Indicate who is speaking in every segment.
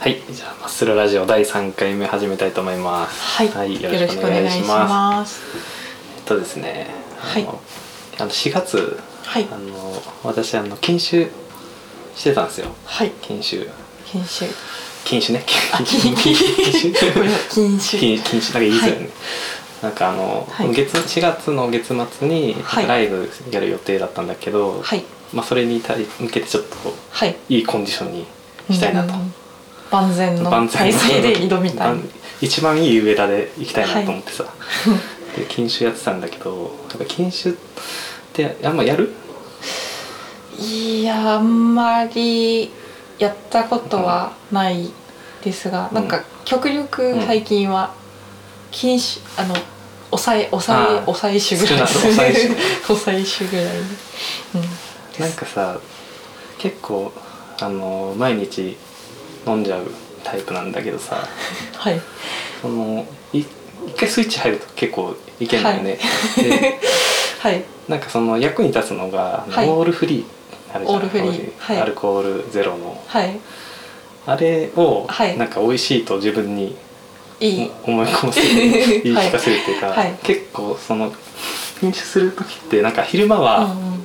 Speaker 1: はい、じゃあマッスルラジオ第3回目始めたいと思います。
Speaker 2: はい、。
Speaker 1: よろしくお願いしますす。えっとですね、あの
Speaker 2: はい
Speaker 1: あの4月
Speaker 2: はい
Speaker 1: あ、の私あの研修してたんですよ。
Speaker 2: はい、
Speaker 1: 研修
Speaker 2: 研修。
Speaker 1: 研修ね
Speaker 2: あ、
Speaker 1: 研
Speaker 2: 禁
Speaker 1: 修研
Speaker 2: 酒。
Speaker 1: 修
Speaker 2: これは禁酒。
Speaker 1: 禁禁酒なんか言いづらいね、なんかあの、
Speaker 2: はい
Speaker 1: 月4月の月末に
Speaker 2: はい
Speaker 1: ライブやる予定だったんだけど、
Speaker 2: はい、
Speaker 1: まあ、それに対向けてちょっとこう
Speaker 2: はい。
Speaker 1: いいコンディションにしたいなと
Speaker 2: うん。万全の
Speaker 1: 万全
Speaker 2: 体
Speaker 1: の
Speaker 2: 制で挑みたい
Speaker 1: 万。一番いい上田で行きたいなと思ってさ、で禁酒やってたんだけどやっぱ禁酒ってあんまやる
Speaker 2: いや、あんまりやったことはないですが、
Speaker 1: うん
Speaker 2: なんか極力最近は禁酒、あの抑え抑
Speaker 1: あ
Speaker 2: え
Speaker 1: ー
Speaker 2: 抑え酒ぐら
Speaker 1: 少な
Speaker 2: い
Speaker 1: く抑え酒
Speaker 2: 抑え酒ぐらいで。うん。
Speaker 1: なんかさ結構あの毎日飲んじゃうタイプなんだけどさ
Speaker 2: はい。
Speaker 1: そのい一回スイッチ入ると結構いけんだよね、で
Speaker 2: はい。
Speaker 1: なんかその役に立つのが、
Speaker 2: はい
Speaker 1: オールフリーあるじゃん
Speaker 2: オールフリー
Speaker 1: オー
Speaker 2: はい
Speaker 1: アルコールゼロの
Speaker 2: はい。
Speaker 1: あれを、
Speaker 2: はい
Speaker 1: なんか美味しいと自分に
Speaker 2: いい。
Speaker 1: 思い込ませ る言い聞かせるっていうか、
Speaker 2: はい
Speaker 1: 結構その飲酒する時ってなんか昼間は、
Speaker 2: うんうん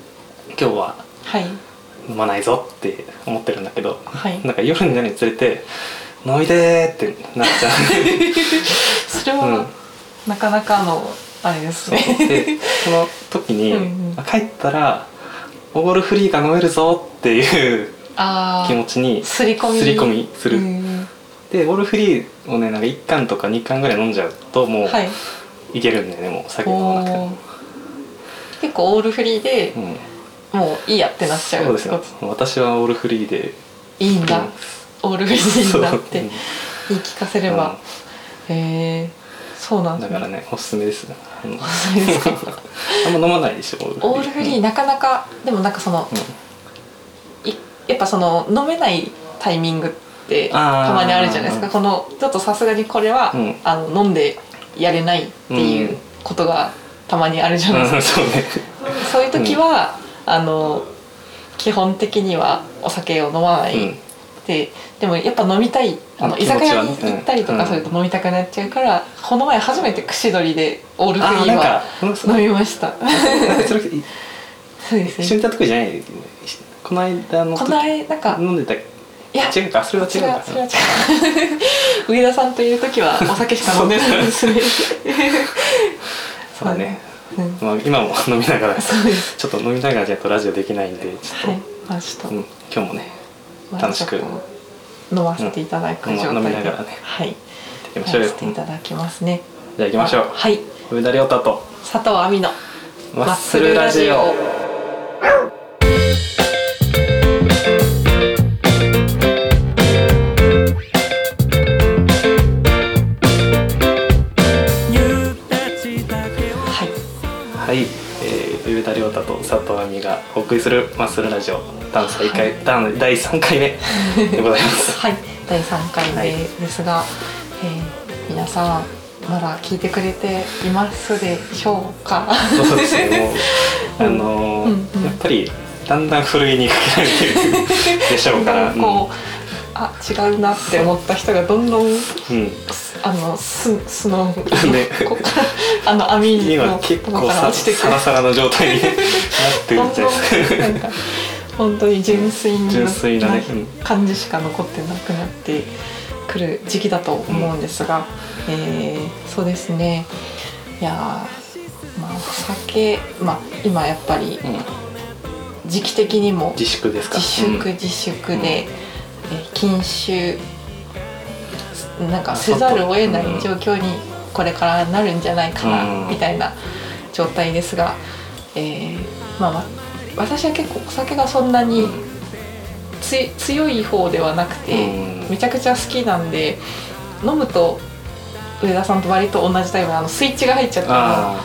Speaker 1: 今日は
Speaker 2: はい。
Speaker 1: 飲まないぞって思ってるんだけど、
Speaker 2: はい
Speaker 1: なんか夜になるにつれて飲みてーってなっち ゃ
Speaker 2: それ
Speaker 1: う、う
Speaker 2: は
Speaker 1: ん、
Speaker 2: なかなかのあれで す
Speaker 1: そう
Speaker 2: ね。
Speaker 1: でその時に、
Speaker 2: うんうん
Speaker 1: あ帰ったらオールフリーが飲めるぞっていう
Speaker 2: ああ。
Speaker 1: 気持ちに
Speaker 2: すり込み。
Speaker 1: 刷り込みする
Speaker 2: うん
Speaker 1: でオールフリーをねなんか1缶とか2缶ぐらい飲んじゃうともう
Speaker 2: はい。
Speaker 1: いけるんだよね、もう酒飲まなくて
Speaker 2: お
Speaker 1: も
Speaker 2: ー。結構オールフリーで
Speaker 1: う、ん
Speaker 2: もういいやってなっちゃ
Speaker 1: そう
Speaker 2: うっ
Speaker 1: です
Speaker 2: て
Speaker 1: よ
Speaker 2: こと。
Speaker 1: 私はオールフリーで
Speaker 2: いいん
Speaker 1: う
Speaker 2: だ
Speaker 1: ん。
Speaker 2: オールフリーになっ
Speaker 1: そう
Speaker 2: て言い聞かせれば。へえ。そう
Speaker 1: う
Speaker 2: な
Speaker 1: ん
Speaker 2: ん
Speaker 1: だ
Speaker 2: だ。
Speaker 1: からねおすすめですあの
Speaker 2: そうですか
Speaker 1: あんま飲まないでしょ
Speaker 2: オールフリーなかなかでもなんかその
Speaker 1: うん
Speaker 2: いやっぱその飲めないタイミングって
Speaker 1: あー
Speaker 2: たまにあるじゃないですかこのちょっとさすがにこれは、
Speaker 1: うん
Speaker 2: あの飲んでやれないっていうことがたまにあるじゃないです
Speaker 1: う
Speaker 2: か、
Speaker 1: んそうね
Speaker 2: そういう時は、あの基本的にはお酒を飲まない、
Speaker 1: うん
Speaker 2: ででもやっぱ飲みたいあの
Speaker 1: 気
Speaker 2: 居
Speaker 1: 持ちは
Speaker 2: 酒
Speaker 1: ね
Speaker 2: 屋に行ったりと
Speaker 1: うん
Speaker 2: かすると飲みたくなっちゃうから、この前初めて串取りでオールフ
Speaker 1: あー
Speaker 2: リー
Speaker 1: なん
Speaker 2: は
Speaker 1: かうんそう
Speaker 2: 飲みました。
Speaker 1: なんかそれい
Speaker 2: そうで
Speaker 1: 一緒
Speaker 2: す
Speaker 1: に
Speaker 2: ね
Speaker 1: いたとこじゃないこの間の
Speaker 2: こ
Speaker 1: 時
Speaker 2: の間なんか
Speaker 1: 飲んでた
Speaker 2: いや
Speaker 1: 違うかそれは違
Speaker 2: 違
Speaker 1: う
Speaker 2: う
Speaker 1: か
Speaker 2: それは違う 上田さんという時 はお酒しか飲んでないんですね
Speaker 1: そうだね、
Speaker 2: うん
Speaker 1: まあ、今も飲みながら
Speaker 2: そうです
Speaker 1: ちょっと飲みながらじゃないとラジオできないんでちょ
Speaker 2: は
Speaker 1: っ
Speaker 2: いまあち
Speaker 1: と、
Speaker 2: ょっ
Speaker 1: うん、今日もね
Speaker 2: と
Speaker 1: 楽しく
Speaker 2: まあちょっと飲ませていただく
Speaker 1: うん
Speaker 2: 状態で、
Speaker 1: 飲みながらね
Speaker 2: はい
Speaker 1: 行きま
Speaker 2: や
Speaker 1: しょう
Speaker 2: ら
Speaker 1: よ
Speaker 2: せていただきますね
Speaker 1: じゃあ行きましょう
Speaker 2: はい
Speaker 1: 上田亮太と
Speaker 2: 佐藤亜美の
Speaker 1: マッスルラジオ
Speaker 2: は
Speaker 1: は
Speaker 2: い
Speaker 1: い、えー、上田亮太と佐藤亜美がお送りするマッスルラジオ第3回,、第3回目でございま す
Speaker 2: はい第三回
Speaker 1: はい
Speaker 2: 目ですが、えー皆さんまだ聞いてくれていますでしょうか
Speaker 1: そうですねもう あのー
Speaker 2: うんうん
Speaker 1: やっぱりだんだんふるいにかけられてるでし
Speaker 2: ど
Speaker 1: ょうん から
Speaker 2: どん こう、あ違うなって思った人がどんどん
Speaker 1: うん、うん
Speaker 2: すあのす素の、
Speaker 1: ね
Speaker 2: ここからあの網
Speaker 1: 今
Speaker 2: の
Speaker 1: 結
Speaker 2: とこ
Speaker 1: 構
Speaker 2: から
Speaker 1: さ
Speaker 2: 落ちてく
Speaker 1: サ
Speaker 2: る
Speaker 1: ラサラの状態になってる
Speaker 2: ど
Speaker 1: み
Speaker 2: ん
Speaker 1: た
Speaker 2: ど
Speaker 1: い
Speaker 2: ん
Speaker 1: です
Speaker 2: なんか本当に純粋な
Speaker 1: 純粋なねうん
Speaker 2: 感じしか残ってなくなってくる時期だと思うんですが、えーそうですねいやーまあお酒まあ今やっぱり
Speaker 1: うん
Speaker 2: 時期的にも
Speaker 1: 自粛ですか
Speaker 2: 自粛
Speaker 1: うん
Speaker 2: 自粛
Speaker 1: うん
Speaker 2: で、えー禁酒なんかせざるを得ない状況にこれからなるんじゃないか
Speaker 1: う
Speaker 2: なんみたいな状態ですが、えーまあまあ私は結構お酒がそんなについ強い方ではなくて、めちゃくちゃ好きなんで飲むと上田さんと割と同じタイプあのスイッチが入っちゃっても
Speaker 1: あ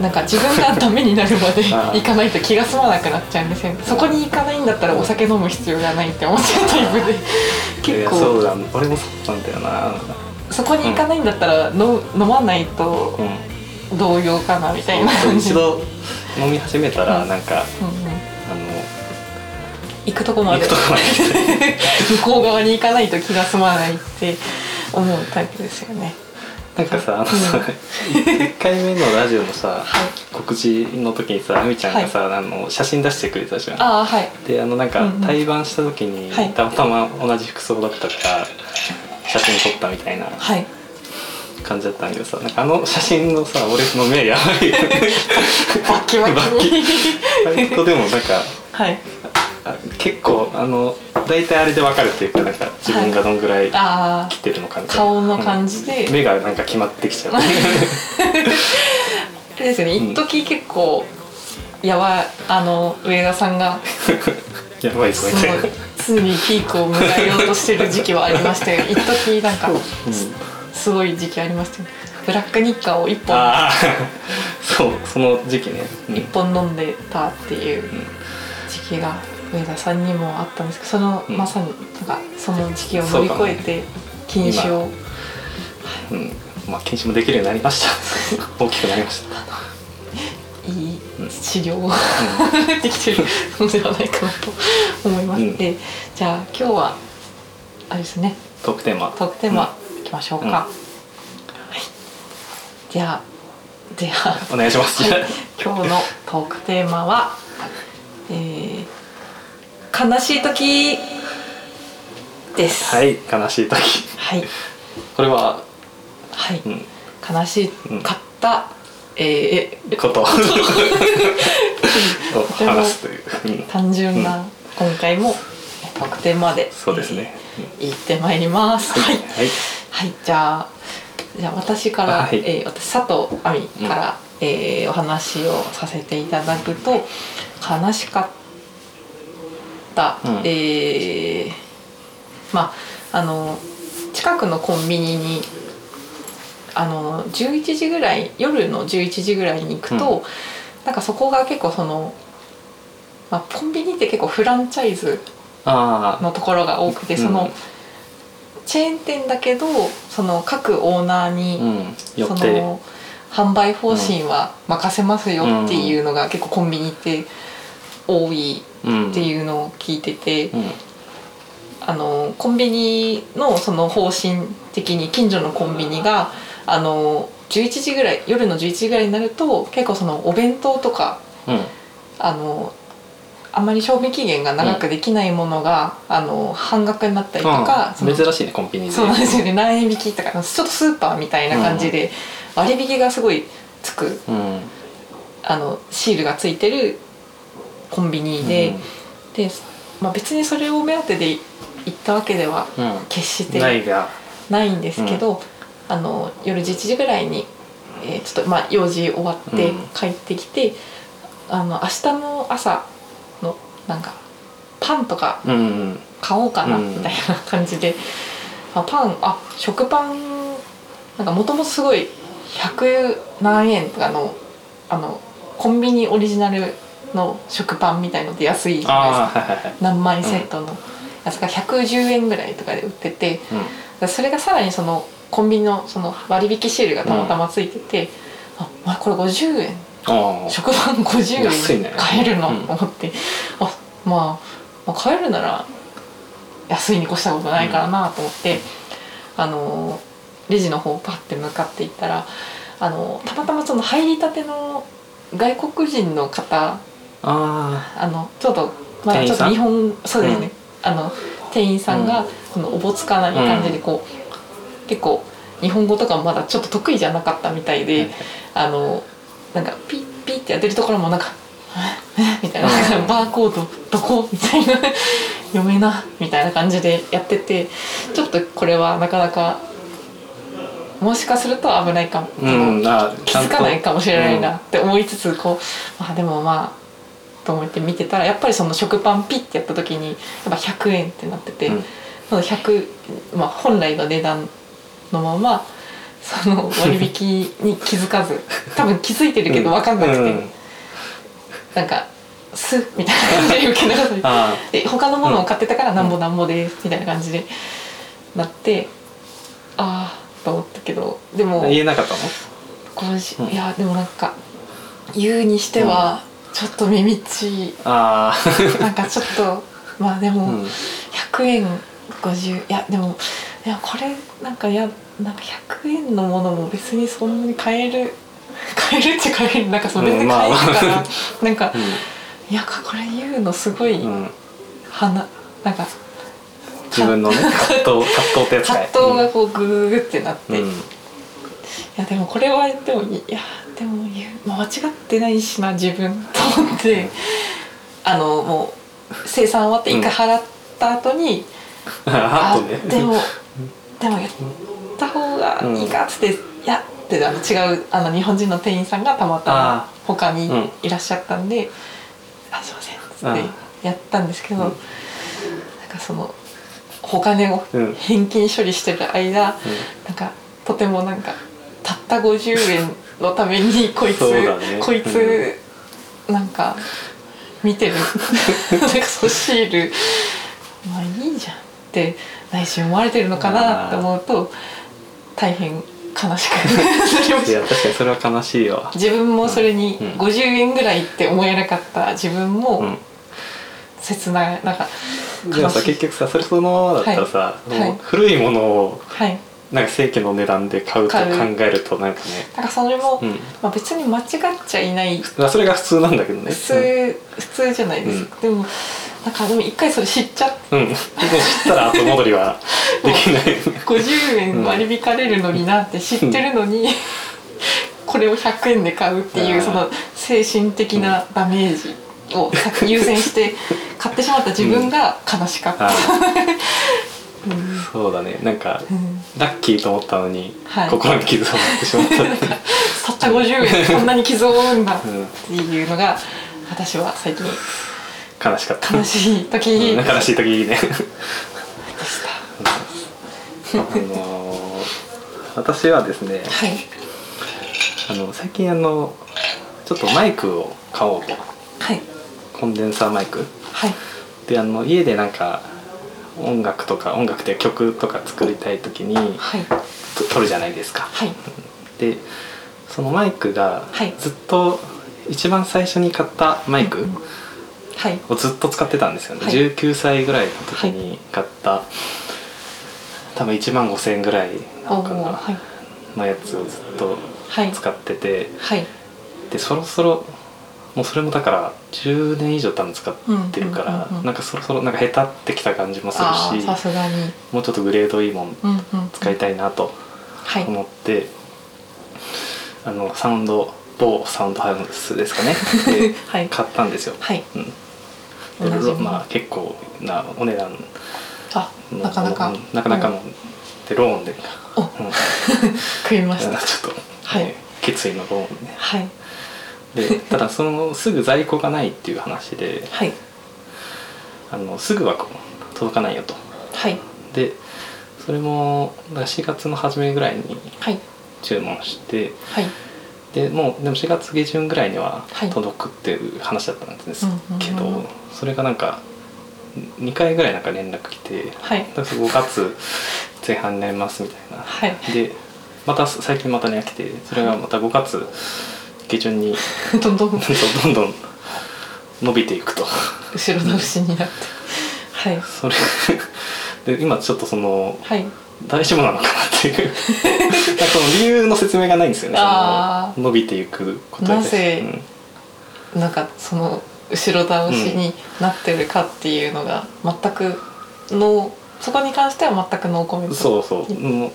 Speaker 2: なんか自分がダメになるまで
Speaker 1: ああ
Speaker 2: 行かないと気が済まなくなっちゃうんですよねそこに行かないんだったらお酒飲む必要がないって思っちゃうタイ プで
Speaker 1: あい
Speaker 2: 結
Speaker 1: やそう
Speaker 2: 構
Speaker 1: だ俺もそうなんだよな
Speaker 2: そこに行かないんだったらの飲まないと
Speaker 1: うん
Speaker 2: 同様かなみたいな
Speaker 1: そう一度飲み始めたら
Speaker 2: うん
Speaker 1: なんか、
Speaker 2: うんうん
Speaker 1: あの
Speaker 2: 行くとこま
Speaker 1: 行
Speaker 2: で
Speaker 1: くとこまで行きたい
Speaker 2: 向こう側に行かないと気が済まないって思うタイプですよね。
Speaker 1: なんかさあのさ、1回目のラジオのさ、
Speaker 2: はい
Speaker 1: 告知の時にさあみちゃんがさ、あの写真出してくれたじゃん
Speaker 2: ああはい
Speaker 1: であのなん
Speaker 2: う
Speaker 1: か
Speaker 2: んうん
Speaker 1: 対バンした時に、
Speaker 2: はい
Speaker 1: たまたま同じ服装だったから写真撮ったみたいな
Speaker 2: はい。
Speaker 1: 感じだったんだけどさなんかあの写真のさ俺の目やばいよ ね
Speaker 2: バッキバキに。
Speaker 1: あれとでもなんか
Speaker 2: はい。
Speaker 1: あ結構あの大体あれでわかるっていうかなんか自分がどんぐらい来
Speaker 2: ああ
Speaker 1: てるのかみたいな、
Speaker 2: 顔の感じで。
Speaker 1: うん目がなんか決まって きちゃう
Speaker 2: あれ ですよね。
Speaker 1: うん
Speaker 2: 一時結構やばいあの上田さ んが
Speaker 1: やばいぞ
Speaker 2: そ
Speaker 1: み
Speaker 2: の
Speaker 1: たいな
Speaker 2: 常にピークを迎えようとしてる時期はあり ましたよ。一時なんか
Speaker 1: うん
Speaker 2: すごい時期ありましたよね。ブラックニッカーを一本
Speaker 1: ああ そうその時期ね、うん
Speaker 2: 一本飲んでたっていう時期が上田さんにもあったんですけどその、
Speaker 1: うん
Speaker 2: まさになんかその時期を乗り越えて禁酒を、
Speaker 1: うん、まあ検診もできるようになりました 大きくなりました
Speaker 2: いい
Speaker 1: うん
Speaker 2: 治療をできてるのではないかなと思います、
Speaker 1: うん
Speaker 2: でじゃあ今日はあれですね
Speaker 1: トークテーマ
Speaker 2: トークテーマいきましょうか、
Speaker 1: うん
Speaker 2: はいじゃあでは
Speaker 1: お願いします、
Speaker 2: はい、今日のトークテーマは、えー悲しい時です。
Speaker 1: は、い悲しい時
Speaker 2: はい、
Speaker 1: これは、
Speaker 2: はい、
Speaker 1: うん、
Speaker 2: 悲しかった、えー
Speaker 1: ことを話すという、うん、
Speaker 2: 単純な、今回もトークテーマで、
Speaker 1: そうですね、
Speaker 2: えー行ってまいります。はい、
Speaker 1: はい
Speaker 2: はい、じゃあ、じゃあ私から、
Speaker 1: はい
Speaker 2: えー私佐藤亜美から、えーお話をさせていただくと悲しかった、
Speaker 1: うん
Speaker 2: えーまああの近くのコンビニにあの11時ぐらい夜の11時ぐらいに行くと、なんかそこが結構その、まあ、コンビニって結構フランチャイズ
Speaker 1: ああ
Speaker 2: のところが多くて、
Speaker 1: うん
Speaker 2: そのチェーン店だけどその各オーナーに、
Speaker 1: うんよ
Speaker 2: そ
Speaker 1: って
Speaker 2: の販売方針は任せますよっていうのが結構コンビニって多い
Speaker 1: うん
Speaker 2: っていうのを聞いてて、
Speaker 1: うん
Speaker 2: あのコンビニのその方針的に近所のコンビニがあの11時ぐらい夜の11時ぐらいになると結構そのお弁当とか
Speaker 1: うん
Speaker 2: あのあまり賞味期限が長くできないものが、あの半額になったりとか、そ
Speaker 1: うん
Speaker 2: の
Speaker 1: 珍しいねコンビニで
Speaker 2: そうなんですよね何円引きとかちょっとスーパーみたいな感じで割引がすごいつく
Speaker 1: うん
Speaker 2: あのシールがついてるコンビニで、で、まあ、別にそれを目当てで行ったわけでは
Speaker 1: うん
Speaker 2: 決し
Speaker 1: うん、な
Speaker 2: て
Speaker 1: いが
Speaker 2: ないんですけど、あの夜11時ぐらいに、えーちょっとまあ用事終わって
Speaker 1: うん
Speaker 2: 帰ってきて、あの明日の朝のなんかパンとか
Speaker 1: うんうん
Speaker 2: 買おうかな
Speaker 1: うん
Speaker 2: みたいな感じで、あパンあ食パンなんかもともとすごい100何円とかのあのコンビニオリジナルの食パンみたいので安いじゃないです
Speaker 1: あ
Speaker 2: か
Speaker 1: あはいはいはい
Speaker 2: 何枚セットのやつが110円ぐらいとかで売っててだからそれがさらにそのコンビニのその割引シールがたまたまついてて、ああこれ50
Speaker 1: う
Speaker 2: 円
Speaker 1: んあ
Speaker 2: 食パン50
Speaker 1: 安い
Speaker 2: 円
Speaker 1: ね
Speaker 2: 買えるの、
Speaker 1: うん
Speaker 2: と思ってあ、まあ、まあ買えるなら安いに越したことないからなと思って、あのレジの方パッて向かっていったらあのたまたまその入りたての外国人の方
Speaker 1: ああ
Speaker 2: あのちょっとまだ
Speaker 1: 店
Speaker 2: ちょ
Speaker 1: 員さん
Speaker 2: っと日本そうですね、あの店員さん
Speaker 1: う
Speaker 2: が
Speaker 1: ん
Speaker 2: このおぼつかない感じでこう、結構日本語とかもまだちょっと得意じゃなかったみたいで。
Speaker 1: はいはい
Speaker 2: あのなんかピッピッってやってるところもなんか「ええ みたいななんかバーコードどこ?」みたいな 「読めな」みたいな感じでやっててちょっとこれはなかなかもしかすると危ないかも、
Speaker 1: うんあ
Speaker 2: 気づかないかもしれないなって思いつつこう、まあ、でもまあと思って見てたらやっぱりその食パンピッてやった時にやっぱ100円ってなってて。
Speaker 1: うん
Speaker 2: その100、まあ、本来の値段のままその割引に気づか ず多分気づいてるけど分かんなくて、
Speaker 1: うん
Speaker 2: なんか「す」みたいな感じで受け流されて
Speaker 1: あ
Speaker 2: で他のものを買ってたからなんぼなんぼですみたいな感じでなってああと思ったけどで
Speaker 1: あ
Speaker 2: も
Speaker 1: 言えなかった
Speaker 2: こうし
Speaker 1: うん
Speaker 2: いやでもなんか言うにしてはちょっと耳っちい
Speaker 1: のああ
Speaker 2: なんかちょっとまあでも、
Speaker 1: うん
Speaker 2: 100円50いやでもいやこれなんかいやなんか100円のものも別にそんなに買える 買えるっちゃ買えるなんかそれで買えるか
Speaker 1: う
Speaker 2: ら、
Speaker 1: んまあ
Speaker 2: なんかいやこれ言うのすごい
Speaker 1: うんうん
Speaker 2: 花なんか
Speaker 1: 自分のね葛藤葛藤ってやつか
Speaker 2: 葛
Speaker 1: い
Speaker 2: 藤がこうグーグーってなって、
Speaker 1: うん
Speaker 2: いやでもこれはでもいやでも言う、まあ、間違ってないしな自分と思ってあのもう生産終わって一回払った後に、
Speaker 1: あ
Speaker 2: あ
Speaker 1: とね
Speaker 2: でもでもやった方がいいかっつって、いやってあの違うあの日本人の店員さんがたまた
Speaker 1: あ
Speaker 2: ま他に
Speaker 1: うん
Speaker 2: いらっしゃったんで「あすいません」っつってやったんですけど、
Speaker 1: うん
Speaker 2: なんかそのお金を
Speaker 1: うん
Speaker 2: 返金処理してる間、なんかとてもなんかたった50円のためにこいつ、
Speaker 1: そうだね
Speaker 2: こいつ、なんか見て るなんかそうシールまあいいじゃんって内心思われてるのかなって思うと大変悲しくなりま
Speaker 1: い
Speaker 2: し
Speaker 1: や
Speaker 2: た。
Speaker 1: 確かにそれは悲しいわ
Speaker 2: 自分もそれに
Speaker 1: うん
Speaker 2: 50円ぐらいって思えなかった自分
Speaker 1: う
Speaker 2: も
Speaker 1: ん
Speaker 2: 切ないなんか
Speaker 1: でもさ
Speaker 2: 悲しい
Speaker 1: 結局さそれそのままだったらさ、
Speaker 2: はい
Speaker 1: もう
Speaker 2: はい
Speaker 1: 古いものを
Speaker 2: はい
Speaker 1: なんか正規の値段で買うと考
Speaker 2: 買う
Speaker 1: えるとなんかね、
Speaker 2: なんかそれも、
Speaker 1: うん
Speaker 2: まあ、別に間違っちゃいない
Speaker 1: まあ、それが普通なんだけどね
Speaker 2: 普通、普通じゃないですか、でもなんかでも一回それ知っちゃって
Speaker 1: うん、うん、でも知ったら後戻りはできない
Speaker 2: 50円割り引かれるのになって知ってるのに、これを100円で買うっていう
Speaker 1: あー
Speaker 2: その精神的なダメージを 先優先して買ってしまった自分が悲しかった
Speaker 1: あ、
Speaker 2: うん
Speaker 1: ーそうだねなんか
Speaker 2: うん
Speaker 1: ラッキーと思ったのに、
Speaker 2: はい
Speaker 1: 心に傷を負ってしまったっていう
Speaker 2: たった50円でこんなに傷を負うんだっ
Speaker 1: うん
Speaker 2: ていうのが私は最近
Speaker 1: 悲しかった
Speaker 2: 悲しい時
Speaker 1: うん
Speaker 2: で
Speaker 1: 悲しい時に ね
Speaker 2: し
Speaker 1: あ
Speaker 2: た。
Speaker 1: のー私はですね
Speaker 2: はい
Speaker 1: あの最近あのちょっとマイクを買おうと
Speaker 2: はい
Speaker 1: コンデンサーマイク
Speaker 2: はい
Speaker 1: であの家でなんか音楽とか音楽で曲とか作りたい時に
Speaker 2: はい
Speaker 1: と撮るじゃないですか。
Speaker 2: はい
Speaker 1: でそのマイクが
Speaker 2: はい
Speaker 1: ずっと一番最初に買ったマイク
Speaker 2: はい
Speaker 1: をずっと使ってたんですよね、
Speaker 2: はい
Speaker 1: 19歳ぐらいの時に買った多分1万5,000円ぐらいな
Speaker 2: お
Speaker 1: の
Speaker 2: ー
Speaker 1: か
Speaker 2: は
Speaker 1: ないのやつをずっと
Speaker 2: はい
Speaker 1: 使ってて
Speaker 2: はい
Speaker 1: でそろそろもうそれもだから10年以上多分使ってるから
Speaker 2: うんうんうんうん
Speaker 1: なんかそろそろなんか下手ってきた感じもする
Speaker 2: あー
Speaker 1: し
Speaker 2: さすがに
Speaker 1: もうちょっとグレードいいもん
Speaker 2: うんうん
Speaker 1: 使いたいなと
Speaker 2: はい
Speaker 1: 思って、あのサウンド某サウンドハウスですか ねで
Speaker 2: はい
Speaker 1: 買ったんですよ、
Speaker 2: はい
Speaker 1: で
Speaker 2: 同じもの
Speaker 1: まあ結構なお値段
Speaker 2: あ
Speaker 1: の
Speaker 2: なかなか
Speaker 1: うんなかなかの、でローンで、うん、
Speaker 2: お食いま
Speaker 1: ちょ
Speaker 2: し
Speaker 1: ったと、
Speaker 2: はい
Speaker 1: ね決意のローンね
Speaker 2: はい
Speaker 1: でただそのすぐ在庫がないっていう話で
Speaker 2: はい
Speaker 1: あのすぐはこう届かないよと
Speaker 2: はい
Speaker 1: でそれもだから4月の初めぐらいに
Speaker 2: はい
Speaker 1: 注文して
Speaker 2: はい
Speaker 1: でもうでも4月下旬ぐらいには
Speaker 2: はい
Speaker 1: 届くっていう話だったんですけど、
Speaker 2: うんうんうんうん
Speaker 1: それがなんか2回ぐらいなんか連絡来て、
Speaker 2: はい
Speaker 1: なんか5月前半になりますみたいな、
Speaker 2: はい
Speaker 1: でまた最近また連絡来てそれがまた5月下旬 に
Speaker 2: どんどん後
Speaker 1: どんどん伸びていくと
Speaker 2: ろ倒しになってはい
Speaker 1: それで今ちょっとその
Speaker 2: はい
Speaker 1: 大丈夫なのかなっていうな んかその理由の説明がないんですよねその
Speaker 2: あー
Speaker 1: 伸びていくことに対して
Speaker 2: なぜ
Speaker 1: うん
Speaker 2: なんかその後ろ倒しになってるかっていうのが全くのそこに関しては全くノーコメント
Speaker 1: そうそう、もう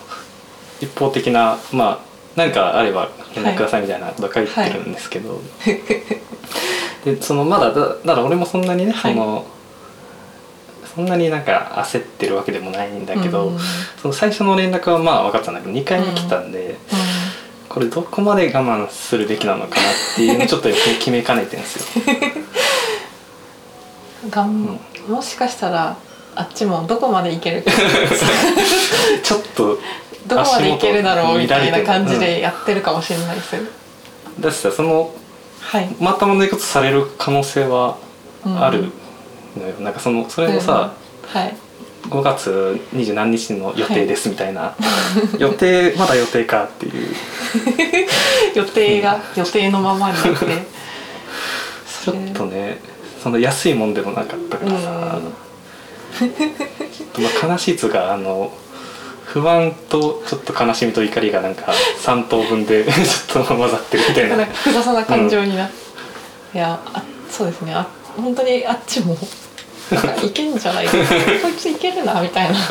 Speaker 1: 一方的なまあ何かあれば連絡くださいみたいなことは書いてるんですけど、でそのまだだだから俺もそんなにね、
Speaker 2: はい
Speaker 1: そのそんなになんか焦ってるわけでもないんだけど、
Speaker 2: うんうん
Speaker 1: その最初の連絡はまあ分かってたんだけど2回目来たんで、これどこまで我慢するべきなのかなっていうのをちょっと決めかねてるんです よ。
Speaker 2: うんがんもしかしたらあっちもどこまでいける か
Speaker 1: ちょっと
Speaker 2: どこまでいけるだろうみたいな感じ
Speaker 1: 足元乱れてる
Speaker 2: でやってるかもしれないですよね
Speaker 1: だしさその
Speaker 2: はい
Speaker 1: またものことされる可能性はあ
Speaker 2: う
Speaker 1: る
Speaker 2: ん
Speaker 1: のよ、なんかそのそれもさ、
Speaker 2: うんはい
Speaker 1: 5月二十何日の予定ですみたいな、予定まだ予定かっていう
Speaker 2: 予定が予定のままに なって
Speaker 1: ちょっとねその安いもんでもなかったからさ、
Speaker 2: うん
Speaker 1: まあ悲しいつうかあの不安とちょっと悲しみと怒りがなんか3等分で ちょっと混ざってるみたいな
Speaker 2: なんか複雑な感情にな、いやあそうですねあ本当にあっちもなんかいけんじゃな いかこいついけるなみたいなや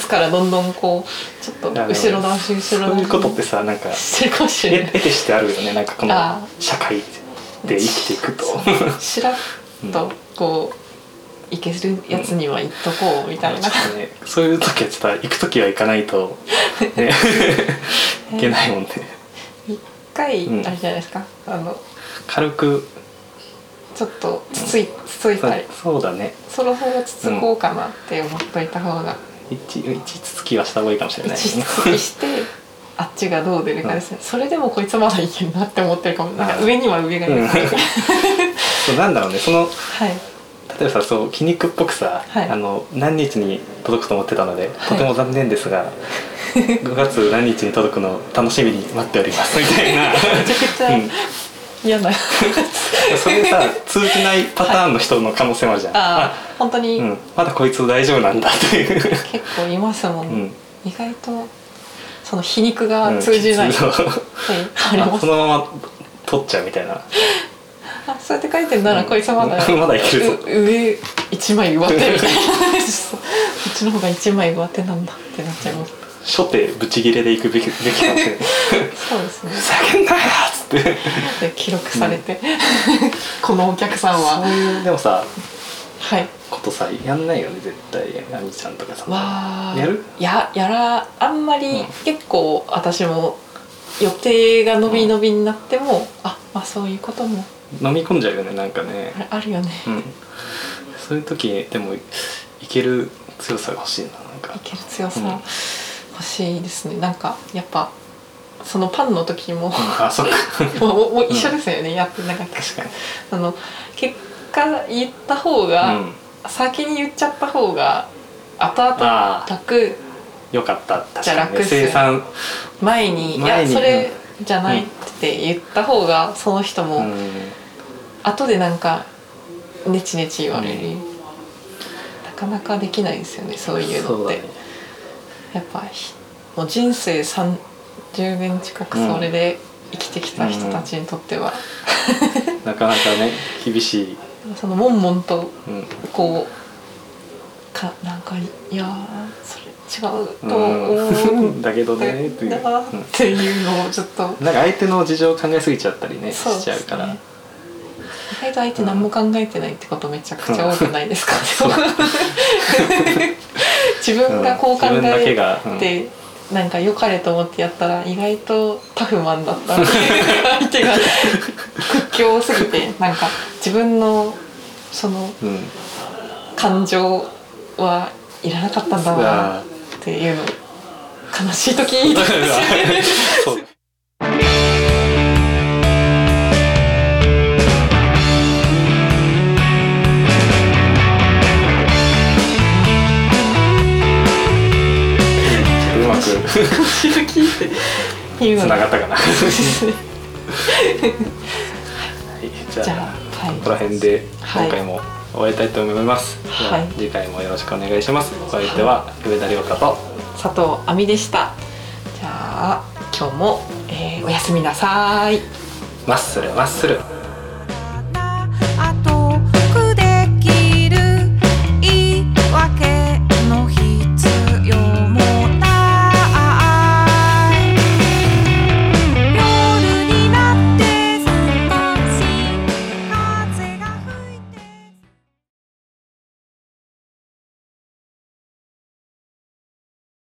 Speaker 2: つからどんどんこうちょっと
Speaker 1: あの
Speaker 2: 後ろ倒し後
Speaker 1: そ
Speaker 2: ろ
Speaker 1: う
Speaker 2: 倒
Speaker 1: い
Speaker 2: し
Speaker 1: うことってさなんか
Speaker 2: してるかもしれ
Speaker 1: え
Speaker 2: ない
Speaker 1: 得てしてあるよねなんかこの
Speaker 2: あー
Speaker 1: 社会で生きていくと
Speaker 2: しらっとこういけるやつには行っとこうみたいな、
Speaker 1: ちょっとねそういう時はちょっと行く時は行かないと、 ね、いけないもんね
Speaker 2: 一回
Speaker 1: うん
Speaker 2: あれじゃないですか、あの
Speaker 1: 軽く
Speaker 2: ちょっとつついつついたり
Speaker 1: そうだね
Speaker 2: そろそろつつこうかなって思っといた方が
Speaker 1: 一一つつきはした方がいいかもしれない、ね、
Speaker 2: 一つつきしてあっちがどう出るかですね、それでもこいつまだいけるなって思ってるかもなんか上には上がいる、
Speaker 1: うん
Speaker 2: はい
Speaker 1: そうなんだろうねその例えばさそう筋肉っぽくさ、
Speaker 2: はい
Speaker 1: あの何日に届くと思ってたので、
Speaker 2: はい
Speaker 1: とても残念です が5月何日に届くのを楽しみに待っておりますみたい な
Speaker 2: めちゃくち
Speaker 1: う
Speaker 2: ゃ
Speaker 1: ん
Speaker 2: 嫌な、
Speaker 1: それさ通じないパターンの人の可能性もあるじゃん、
Speaker 2: ああ本当に
Speaker 1: う
Speaker 2: 結
Speaker 1: ん、まだこいつ大丈夫なんだって いう、
Speaker 2: 構いますもん、
Speaker 1: うん
Speaker 2: 意外とその皮肉が通じない、
Speaker 1: うん
Speaker 2: はい
Speaker 1: そう
Speaker 2: あり
Speaker 1: あ
Speaker 2: ます
Speaker 1: そのまま取っちゃうみたいな
Speaker 2: あそうやって書いてるならこいつまだ、
Speaker 1: うん まだいけるぞ
Speaker 2: う上一枚上手みたいな そうこっちの方が一枚上手なんだってなっちゃいます
Speaker 1: 初手ブチギレでいくべきべきなんで
Speaker 2: そうですね
Speaker 1: ふざけんなよっつって
Speaker 2: で記録されて、 このお客さん
Speaker 1: そう
Speaker 2: は
Speaker 1: いうでもさ
Speaker 2: はい
Speaker 1: ことさやんないよね絶対あみちゃんとかさ
Speaker 2: わあ
Speaker 1: やる
Speaker 2: ややらあんまり、
Speaker 1: うん
Speaker 2: 結構私も予定が伸び伸びになっても、あまあそういうことも
Speaker 1: 飲み込んじゃうよねなんかね
Speaker 2: ああるよね、
Speaker 1: うんそういう時でもいける強さが欲しいななんか
Speaker 2: いける強さ
Speaker 1: うん
Speaker 2: 欲しいですね、なんかやっぱそのパンの時も、
Speaker 1: あそっか
Speaker 2: もうもう一緒ですよね、やってなんか
Speaker 1: 確かに
Speaker 2: あの結果言った方
Speaker 1: う
Speaker 2: が、
Speaker 1: ん
Speaker 2: 先に言っちゃった方が後々
Speaker 1: ああ
Speaker 2: 楽
Speaker 1: よかった確
Speaker 2: じゃあ
Speaker 1: かに、
Speaker 2: 楽
Speaker 1: ね、
Speaker 2: っすよ
Speaker 1: 生産
Speaker 2: 前に
Speaker 1: 前
Speaker 2: い
Speaker 1: に
Speaker 2: やそれじゃないって言った方がその人
Speaker 1: う
Speaker 2: も
Speaker 1: ん
Speaker 2: 後でなんかネチネチ言われる、
Speaker 1: う
Speaker 2: なかなかできないですよねそういう
Speaker 1: そ
Speaker 2: のっ
Speaker 1: うだ
Speaker 2: て、
Speaker 1: ね
Speaker 2: やっぱひもう人生30年近くそれで生きてきた人たちにとっては、
Speaker 1: なかなかね厳しい、
Speaker 2: その悶々と
Speaker 1: うん、
Speaker 2: こうかなんかいやーそれ違うと思
Speaker 1: う
Speaker 2: うん ん
Speaker 1: だけどねっていう
Speaker 2: だなっていうのをちょっと、
Speaker 1: なんか相手の事情を考えすぎちゃったりね
Speaker 2: そうで
Speaker 1: し
Speaker 2: す
Speaker 1: ち
Speaker 2: ね
Speaker 1: ゃうから、
Speaker 2: 意外と相手何も考えてないってことめちゃくちゃ多くないですか、
Speaker 1: うん
Speaker 2: 自分がこう考
Speaker 1: うん自分だけ
Speaker 2: え
Speaker 1: が、うん
Speaker 2: て、なんか良かれと思ってやったら意外とタフマンだったっていう相手が屈強すぎてなんか自分のその
Speaker 1: うん、
Speaker 2: 感情はいらなかったんだなっていうの悲しい 時 とかですよね
Speaker 1: そううまく
Speaker 2: 悲しい時っていうの
Speaker 1: つ な
Speaker 2: が
Speaker 1: がったか なは
Speaker 2: そうですね
Speaker 1: いじ
Speaker 2: じ
Speaker 1: ゃ
Speaker 2: ゃ
Speaker 1: あ
Speaker 2: あ、はい、
Speaker 1: ここら辺で
Speaker 2: はい
Speaker 1: 今回も終えたいと思います、じゃあ
Speaker 2: はい
Speaker 1: 次回もよろしくお願いしますお相手は上田亮太と
Speaker 2: 佐藤亜美でしたじゃあ今日も、えーおやすみなさい
Speaker 1: マッスルマッスル